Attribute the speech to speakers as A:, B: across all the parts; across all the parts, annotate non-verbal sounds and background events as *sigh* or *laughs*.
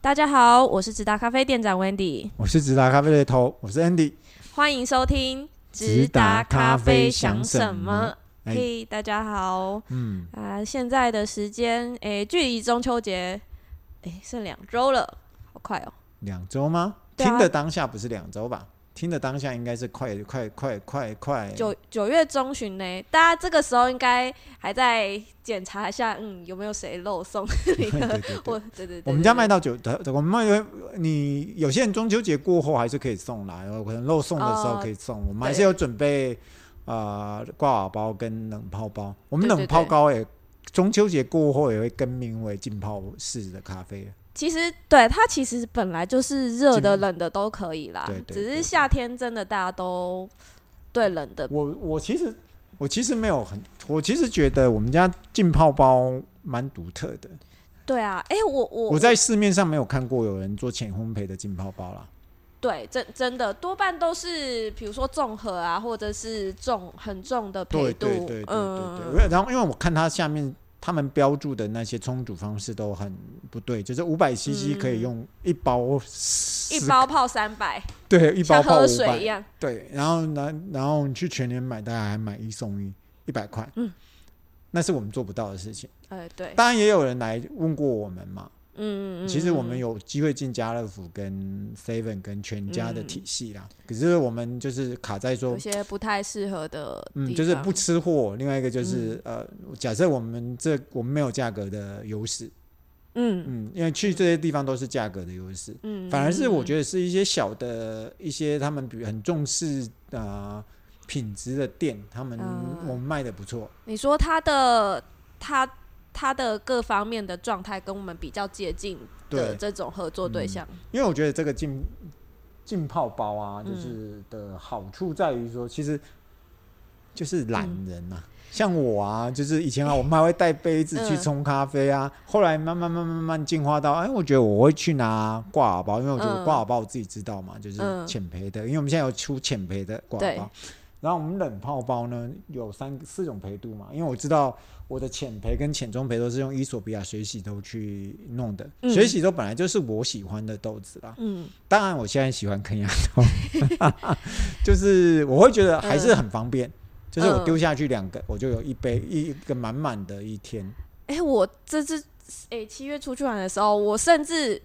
A: 大家好，我是直达咖啡店长 Wendy，
B: 我是直达咖啡的头，我是 Andy。
A: 欢迎收听
B: 直达咖啡想
A: 什
B: 什么？哎
A: 嘿，大家好
B: 嗯，
A: 啊、现在的时间，诶、距离中秋节，诶、剩两周了，好快哦。
B: 两周吗？
A: 对啊
B: 听的当下不是两周吧？听的当下应该是快快快快快。
A: 九九月中旬呢，大家这个时候应该还在检查一下，嗯，有没有谁漏
B: *laughs*
A: 送你
B: *laughs* 对
A: 的？
B: 对对
A: 我对对对，
B: 我们家
A: 对
B: 卖到九，呃我们卖有你有些人中秋节过后还是可以送来，呃可能肉送的时候
A: 哦
B: 可以送，我们还是有准备呃挂耳包跟冷泡包。我们
A: 对对
B: 冷泡包也中秋节过后也会更名为浸泡式的咖啡。
A: 其实对它其实本来就是热的、
B: 进
A: 冷的都可以啦，
B: 对对
A: 只是
B: 对
A: 夏天真的大家都对冷的
B: 我我其实我其实没有很，我其实觉得我们家浸泡包蛮独特的。
A: 对啊，哎、我我
B: 我在市面上没有看过有人做浅烘焙的浸泡包啦。
A: 对真真的多半都是比如说综合啊，或者是重很重的
B: 对
A: 配度，
B: 对对对对对。
A: 嗯，
B: 我然后因为我看它下面他们标注的那些冲煮方式都很不对，就是五百 CC
A: 嗯
B: 可以用一包十，
A: 一包泡三百，
B: 对一
A: 像
B: 包泡
A: 喝
B: 五
A: 水一
B: 百，
A: 样，
B: 对，然后然然后你去全年买，大概还买一送一，一百块，
A: 嗯，
B: 那是我们做不到的事情。
A: 哎、对，
B: 当然也有人来问过我们嘛，
A: 嗯嗯嗯，
B: 其实我们
A: 嗯
B: 有机会进家乐福、跟 Seven、跟全家的体系啦，可是我们就是卡在
A: 嗯
B: 说
A: 有，些不太适合的地方，嗯
B: 嗯，就是不吃货。另外一个就是、呃，假设我们这我们没有价格的优势，
A: 嗯
B: 嗯，因为去这些地方都是价格的优势，
A: 嗯，
B: 反而是我
A: 得
B: 觉得是一些小的一些他们比很重视啊品质的店，他们、
A: 嗯
B: 我们卖的不错，
A: 你说他的他他的各方面的状态跟我们比较接近的
B: 对，
A: 这种合作对
B: 嗯
A: 象，
B: 因为我觉得这个浸浸泡包啊，
A: 嗯
B: 就是的好处在于说，其实就是懒人啊。像我啊，就是以前啊，我妈会带杯子
A: *laughs*
B: 去
A: 嗯
B: 冲咖啡啊。后来慢慢慢慢慢慢进化到，哎，我觉得我会去拿挂耳包，因为我觉得
A: 嗯
B: 挂耳包我自己知道嘛，就是
A: 嗯
B: 浅焙的，因为我们现在有出浅焙的挂耳
A: 对
B: 包。然后我们冷泡包呢有三四种焙度嘛，因为我知道我的浅焙跟浅中焙都是用伊索比亚水洗豆去弄的，
A: 嗯
B: 水洗豆本来就是我喜欢的豆子啦。
A: 嗯
B: 当然，我现在喜欢坑丫豆， *laughs* 就是我会觉得还是很方便，就是我丢下去两个，我就有一杯一一个满满的一天。
A: 哎、我这次哎七月出去玩的时候，我甚至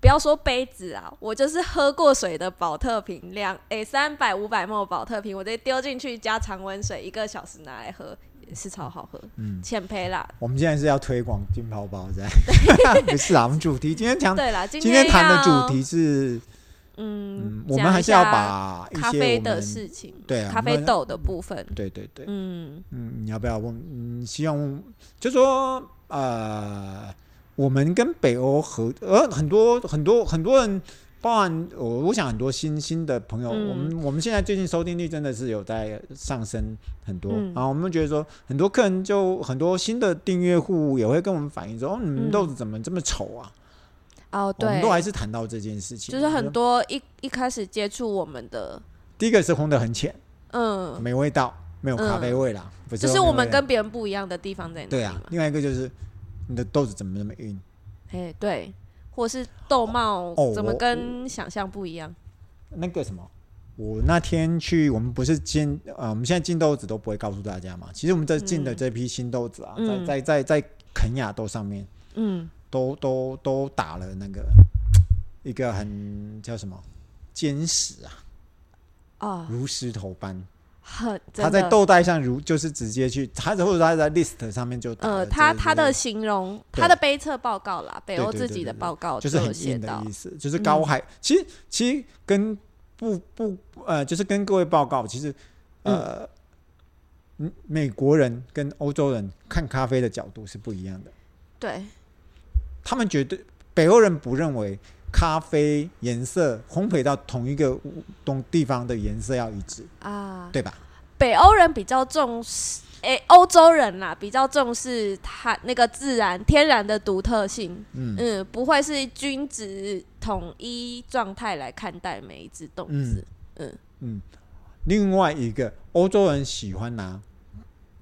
A: 不要说杯子啊，我就是喝过水的保特瓶量，哎三百五百沫保特瓶，我直接丢进去加常温水，一个小时拿来喝，也是超好喝，
B: 嗯，
A: 浅焙啦。
B: 我们现在是要推广金泡包在，
A: *laughs*
B: 不是啊？我们主题今天讲，
A: 对啦，今
B: 今天谈的主
A: 要，
B: 题是，
A: 嗯
B: 嗯，，我们还是要
A: 讲一下
B: 把一
A: 咖
B: 些
A: 啡
B: 我
A: 的
B: 们
A: 事情，
B: 对啊
A: 咖
B: 我
A: 啡
B: 们
A: 豆的部分，
B: 对对对，
A: 嗯，
B: 嗯，你要不要问？嗯，希望问就说呃，我们跟北欧合，呃，很多很多很多人，包含我，我想很多新新的朋友，
A: 嗯
B: 我们我们现在最近收听率真的是有在上升很多，
A: 嗯
B: 然后我们觉得说很多客人就很多新的订阅户也会跟我们反映说，哦，你
A: 嗯
B: 们豆子怎么这么丑啊？
A: 哦，
B: 我们
A: 对
B: 都，还是谈到这件事情，
A: 就是很多一一开始接触我们的，
B: 第一个是烘的很浅，
A: 嗯，
B: 没味道，没有咖啡味啦，不
A: 就是
B: 说没
A: 我们
B: 味道
A: 跟别嗯人不一样的地方在哪里
B: 对啊
A: 嘛，？
B: 另外一个就是你的豆子怎么那么硬？
A: 哎，对，或是豆帽
B: 哦
A: 怎么
B: 我
A: 跟想象不一样？
B: 那个什么，我那天去，我们不是进呃，我们现在进豆子都不会告诉大家嘛。其实我们这进的这批新豆子啊，
A: 嗯
B: 在在在在肯亚豆上面
A: 嗯，
B: 都都都打了那个一个很叫什么坚实啊，
A: 啊，
B: 如石头般。
A: 很
B: 它
A: 真
B: 在
A: 的，
B: 豆袋上如就是直接去，它或者它在 list 上面就打了
A: 呃，
B: 这
A: 他
B: 这
A: 他的形容，他
B: 对
A: 的杯测报告啦，北
B: 对
A: 欧
B: 对
A: 自
B: 对
A: 己
B: 对
A: 的
B: 对
A: 报告
B: 就是
A: 有
B: 很
A: 写
B: 硬的
A: 到嗯
B: 意，思，就是高海。其实其实跟不不呃，就是跟各位报告，其实呃，嗯，美国人跟欧洲人看咖啡的角度是不一样的。
A: 对，
B: 他们觉得北欧人不认为咖啡颜色烘焙到同一个东地方的颜色要一致，
A: 啊，
B: 对吧？
A: 北欧人比较重视。诶，欧洲人啦，比较重视它那个自然、天然的独特性，
B: 嗯
A: 嗯，不会是均值统一状态来看待每一只动
B: 嗯
A: 物。
B: 嗯。另外一个，欧洲人喜欢拿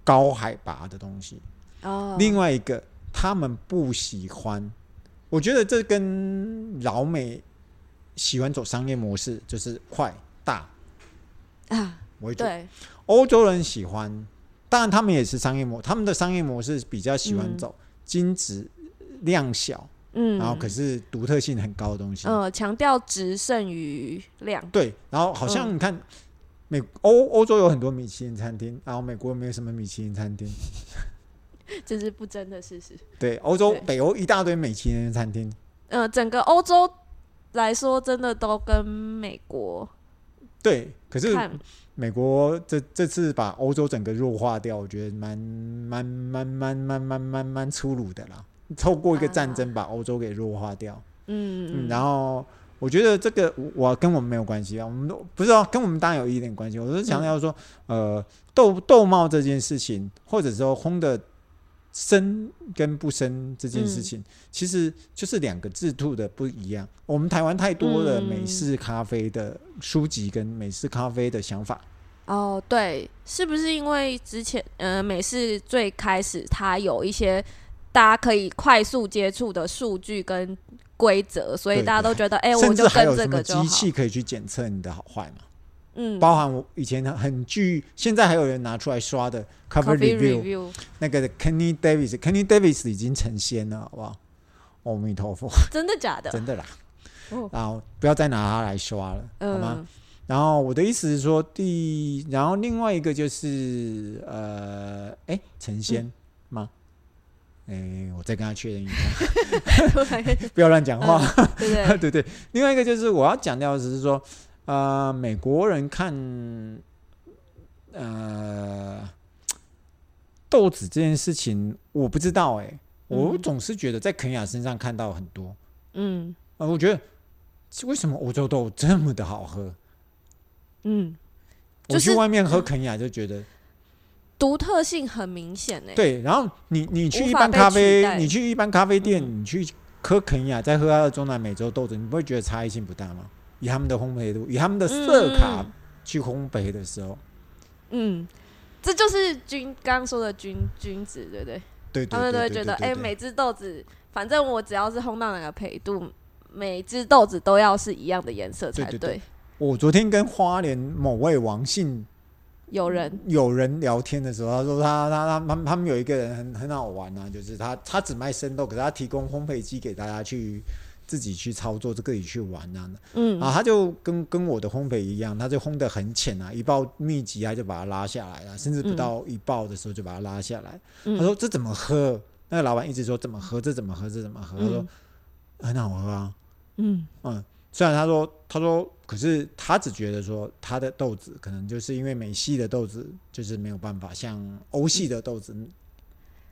B: 高海拔的东西，
A: 哦，
B: 另外一个，他们不喜欢我觉得这跟老美喜欢走商业模式，就是快大
A: 啊，
B: 为主。
A: 对，
B: 欧洲人喜欢，当然他们也是商业模，他们的商业模式比较喜欢
A: 嗯
B: 走精致、量小，
A: 嗯，
B: 然后可是独特性很高的东西。
A: 呃，强调值胜于量， *laughs*
B: 对，然后好像你看。
A: 嗯
B: 美欧欧洲有很多米其林餐厅，然后美国没有什么米其林餐厅。
A: 这是不争的事实。
B: 对，欧洲
A: 对
B: 北欧一大堆米其林餐厅，
A: 呃，整个欧洲来说，真的都跟美国
B: 对。可是
A: 看，
B: 美国这这次把欧洲整个弱化掉，我觉得蛮蛮蛮蛮蛮蛮蛮蛮粗鲁的啦。透过一个战争把欧洲给弱化掉，嗯，
A: 嗯，
B: 然后我觉得这个我跟我们没有关系啊，我们都不知道跟我们当然有一点关系。我是强调说，呃，豆豆帽这件事情，或者说烘的深跟不深这件事情，其实就是两个制度的不一样。我们台湾太多了
A: 嗯
B: 美式咖啡的书籍跟美式咖啡的想法，
A: 哦，对，是不是因为之前呃美式最开始它有一些大家可以快速接触的数据跟规则，所以
B: 对
A: 大家都
B: *laughs*
A: 觉得哎、我
B: 甚
A: 就
B: 至还有
A: 跟
B: 什
A: 这
B: 么
A: 个就好
B: 机。器可以去检测你的好坏嘛？
A: 嗯
B: 包含我以前很具，现在还有人拿出来刷的 cover
A: ，Coffee
B: review。
A: Review，
B: *laughs* 那个 Kenny Davis，Kenny Davis 已经成仙了，好不好？阿弥陀佛，
A: 真的假的？
B: 真的啦。
A: 哦
B: 然后不要再拿它来刷了，好
A: *laughs*
B: 吗？
A: 嗯
B: 然后我的意思是说，第，然后另外一个就是，呃，哎，成仙
A: 嗯
B: 吗？哎、我再跟他确认一下，不要乱讲话。
A: 对不对
B: *laughs* 对对，另外一个就是我要讲到的是说，呃，美国人看呃豆子这件事情，我不知道哎、我
A: 嗯
B: 总是觉得在肯雅身上看到很多，
A: 嗯
B: 呃，我觉得为什么欧洲豆这么的好喝？
A: 嗯，
B: 我
A: 就
B: 去
A: 是嗯
B: 外面喝肯雅就觉得
A: 独特性很明显欸呢。
B: 对，然后你你去
A: 无
B: 一
A: 法
B: 般
A: 被
B: 咖
A: 取
B: 啡，
A: 代
B: 你去一般咖啡店，你去喝肯亚，再喝它的中南美洲豆子，你不会觉得差异性不大吗？以他们的烘焙度，以他们的色卡
A: 嗯
B: 去烘焙的时候，
A: 嗯，这就是君刚刚说的君君子，对不对？
B: 对对
A: 他们都
B: 对
A: 会
B: 对
A: 觉得，
B: 对
A: 哎、
B: 对
A: 每只豆子，反正我只要是烘到哪个焙度，每只豆子都要是一样的颜色才
B: 对对对
A: 对
B: 我昨天跟花莲某位王姓
A: 有人，
B: 有人聊天的时候，他说他他他他们他们有一个人很很好玩啊，就是他他只卖生豆，可是他提供烘焙机给大家去自己去操作，自己去玩啊。
A: 嗯，
B: 啊，他就跟跟我的烘焙一样，他就烘得很浅啊，一爆密集他就把它拉下来了，甚至不
A: 嗯
B: 到一爆的时候就把它拉下来。
A: 嗯
B: 他说这怎么喝？那个老板一直说怎么喝，这怎么喝，这怎么喝？他说
A: 嗯
B: 很好喝啊，
A: 嗯
B: 嗯。虽然他说他说，可是他只觉得说他的豆子可能就是因为美系的豆子就是没有办法像欧系的豆子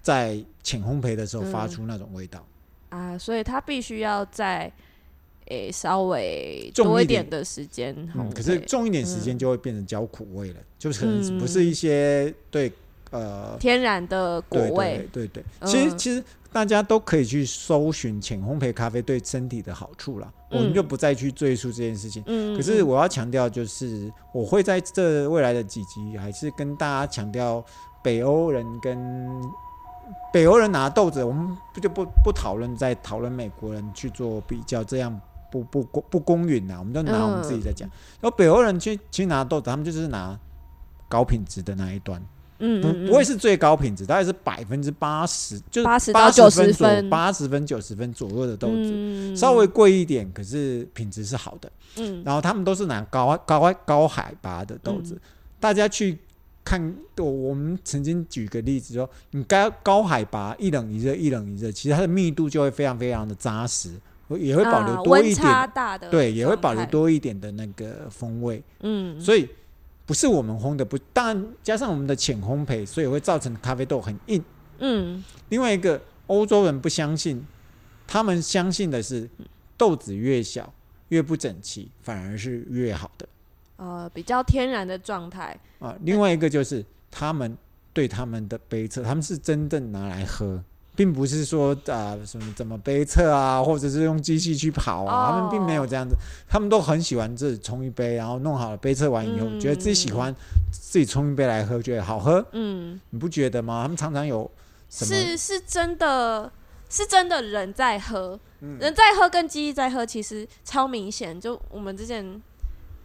B: 在浅烘焙的时候发
A: 嗯
B: 出那种味道。
A: 啊，所以他必须要在诶、稍微
B: 重
A: 多
B: 一
A: 一点
B: 点
A: 的时间烘焙、
B: 嗯，可是重一点时间就会变成焦苦味了，就是可
A: 嗯
B: 能不是一些对呃
A: 天然的果
B: 对
A: 味，
B: 对对对。其实
A: 嗯
B: 其实大家都可以去搜寻浅烘焙咖啡对身体的好处啦，我们
A: 嗯
B: 就不再去赘述这件事情。
A: 嗯，
B: 可是
A: 嗯
B: 我要强调，就是我会在这未来的几集，还是跟大家强调北欧人跟北欧人拿豆子，我们不就不不讨论，在讨论美国人去做比较，这样不不公不公允啊呐、我们就拿我们自己在讲。
A: 嗯
B: 然后北欧人去去拿豆子，他们就是拿高品质的那一端，
A: 嗯
B: 不
A: 嗯
B: 不会
A: 嗯
B: 是最高品质，大概是百分之八十，就是
A: 80到
B: 八
A: 90
B: 分
A: 分
B: 八十分九十分左右的豆子，
A: 嗯
B: 稍微贵一点，可是品质是好的。
A: 嗯
B: 然后他们都是拿高高高海拔的豆子，大家去看我我们曾经举个例子说，你高高海拔一冷一热一冷一热，其实它的密度就会非常非常的扎实，也会保留
A: 啊
B: 多
A: 温
B: 一点，
A: 差大的
B: 对，也会
A: 状
B: 保留
A: 态
B: 多一点的那个风味，
A: 嗯，
B: 所以。不是我们烘的不，当然加上我们的浅烘焙，所以会造成咖啡豆很硬。
A: 嗯
B: 另外一个，欧洲人不相信，他们相信的是
A: 嗯
B: 豆子越小越不整齐，反而是越好的。
A: 呃比较天然的状态，
B: 啊，另外一个就是他们对他们的杯测，他们是真正拿来喝，并不是说啊、呃什么怎么杯测啊，或者是用机器去跑啊，他们并没有这样子，他们都很喜欢自己冲一杯，然后弄好了杯测完以后，觉得自己喜欢自己冲一杯来喝，觉得好喝，
A: 嗯，
B: 你不觉得吗？他们常常有什么
A: 是是真的是真的人在喝，
B: 嗯
A: 人在喝跟记忆在喝其实超明显。就我们之前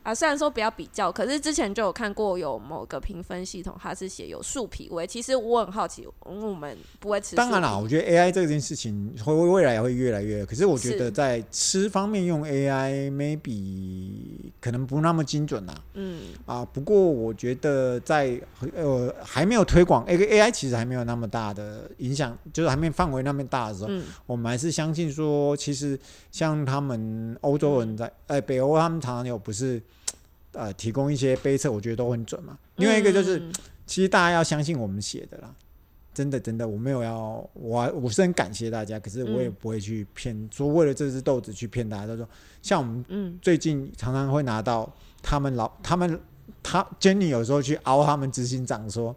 A: 啊，虽然说不要比较，可是之前就有看过有某个评分系统，它是写有树皮味。其实我很好奇，因为我们不会吃。
B: 当然啦，，我觉得 AI 这件事情会未来会越来越，可是我觉
A: 是
B: 得在吃方面用 AI，maybe 可能不那么精准啦。
A: 嗯，
B: 啊，不过我觉得在呃还没有推广 A A I 其实还没有那么大的影响，就是还没范围那么大的时候，
A: 嗯
B: 我们还是相信说，其实像他们欧洲人在呃北欧，他们常常有不是呃提供一些杯测，我觉得都很准嘛。另外一个就是，
A: 嗯
B: 其实大家要相信我们写的啦，真的真的，我没有要我我是很感谢大家，可是我也
A: 嗯
B: 不会去骗，说为了这只豆子去骗大家，就是说像我们
A: 嗯，
B: 最近常常会拿到他们老他们他 Jenny 有时候去熬他们执行长说，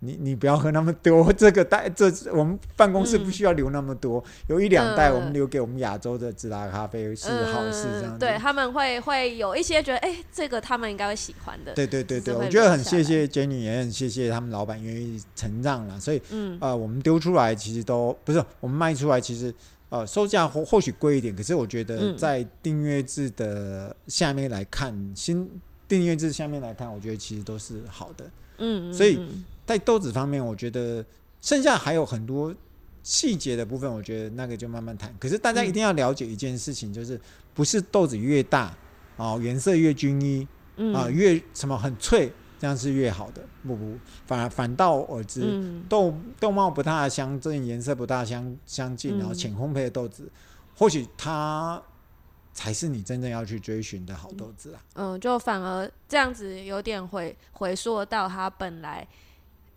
B: 你你不要喝那么多，这个袋这我们办公室
A: 嗯
B: 不需要留那么多，有一两袋
A: 嗯
B: 我们留给我们亚洲的直达咖啡是好事这样
A: 嗯
B: 子。
A: 对他们会会有一些觉得，哎、这个他们应该会喜欢的。
B: 对对对对，
A: 嗯是会
B: 我觉得很
A: 留下来
B: 谢谢 Jenny，也很谢谢他们老板愿意承让了，所以
A: 嗯
B: 呃，我们丢出来其实都不是，我们卖出来其实呃，售价或或许贵一点，可是我觉得
A: 嗯
B: 在订阅制的下面来看，新订阅制下面来看，我觉得其实都是好的。
A: 嗯，
B: 所以
A: 嗯
B: 在豆子方面，我觉得剩下还有很多细节的部分，我觉得那个就慢慢谈。可是大家一定要了解一件事情，就是不是豆子越大哦，颜色越均一，
A: 嗯
B: 啊、越什么很脆，这样是越好的。不不，反而反倒而之。
A: 嗯
B: 豆豆貌不大相近，颜色不大相相近，
A: 嗯
B: 然后浅烘焙的豆子，或许它才是你真正要去追寻的好豆子啊。
A: 嗯，就反而这样子有点回回溯到他本来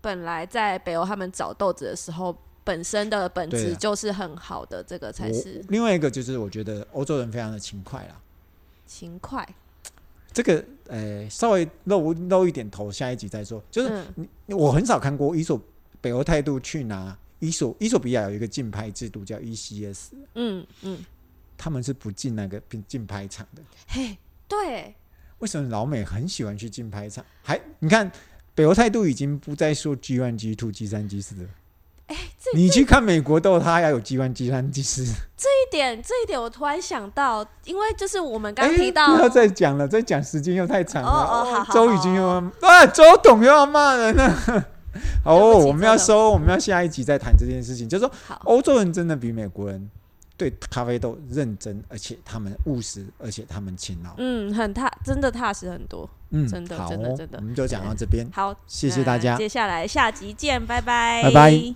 A: 本来在北欧他们找豆子的时候，本身的本
B: 对
A: 质
B: 啊
A: 就是很好的，这个才
B: 我
A: 是
B: 另外一个就是，我觉得欧洲人非常的勤快啦。
A: 勤快。
B: 这个呃，稍微露露一点头，下一集再说。就是
A: 嗯
B: 我很少看过伊索北欧态度去拿伊索伊索比亚有一个竞拍制度叫 ECS，
A: 嗯嗯，
B: 他们是不进那个竞竞拍场的。
A: 嘿，对，
B: 为什么老美很喜欢去竞拍场？还你看北欧态度已经不再说 G one、G two、G 三、G 四了。
A: 哎
B: 你去看美国豆，它要有 G one、G 三、G 四。
A: 这一点这一点我突然想到，因为就是我们刚
B: 哎
A: 提到
B: 不要再讲了，再讲时间又太长了。
A: 哦哦好好
B: 周已经又要啊，周董又要骂
A: *laughs*
B: 人了。好、哦
A: 对不起
B: 我们要
A: 周哦
B: 收，我们要下一集再谈这件事情。就是说，
A: 好，
B: 欧洲人真的比美国人对咖啡豆认真，而且他们务实，而且他们勤劳。
A: 嗯，很踏，真的踏实很多。
B: 嗯，
A: 真的
B: 好
A: 真的哎
B: 哦
A: 真的
B: 我们就讲到这边，
A: 好，
B: 谢谢大
A: 那
B: 家。
A: 接下来下集见，拜拜，
B: 拜拜。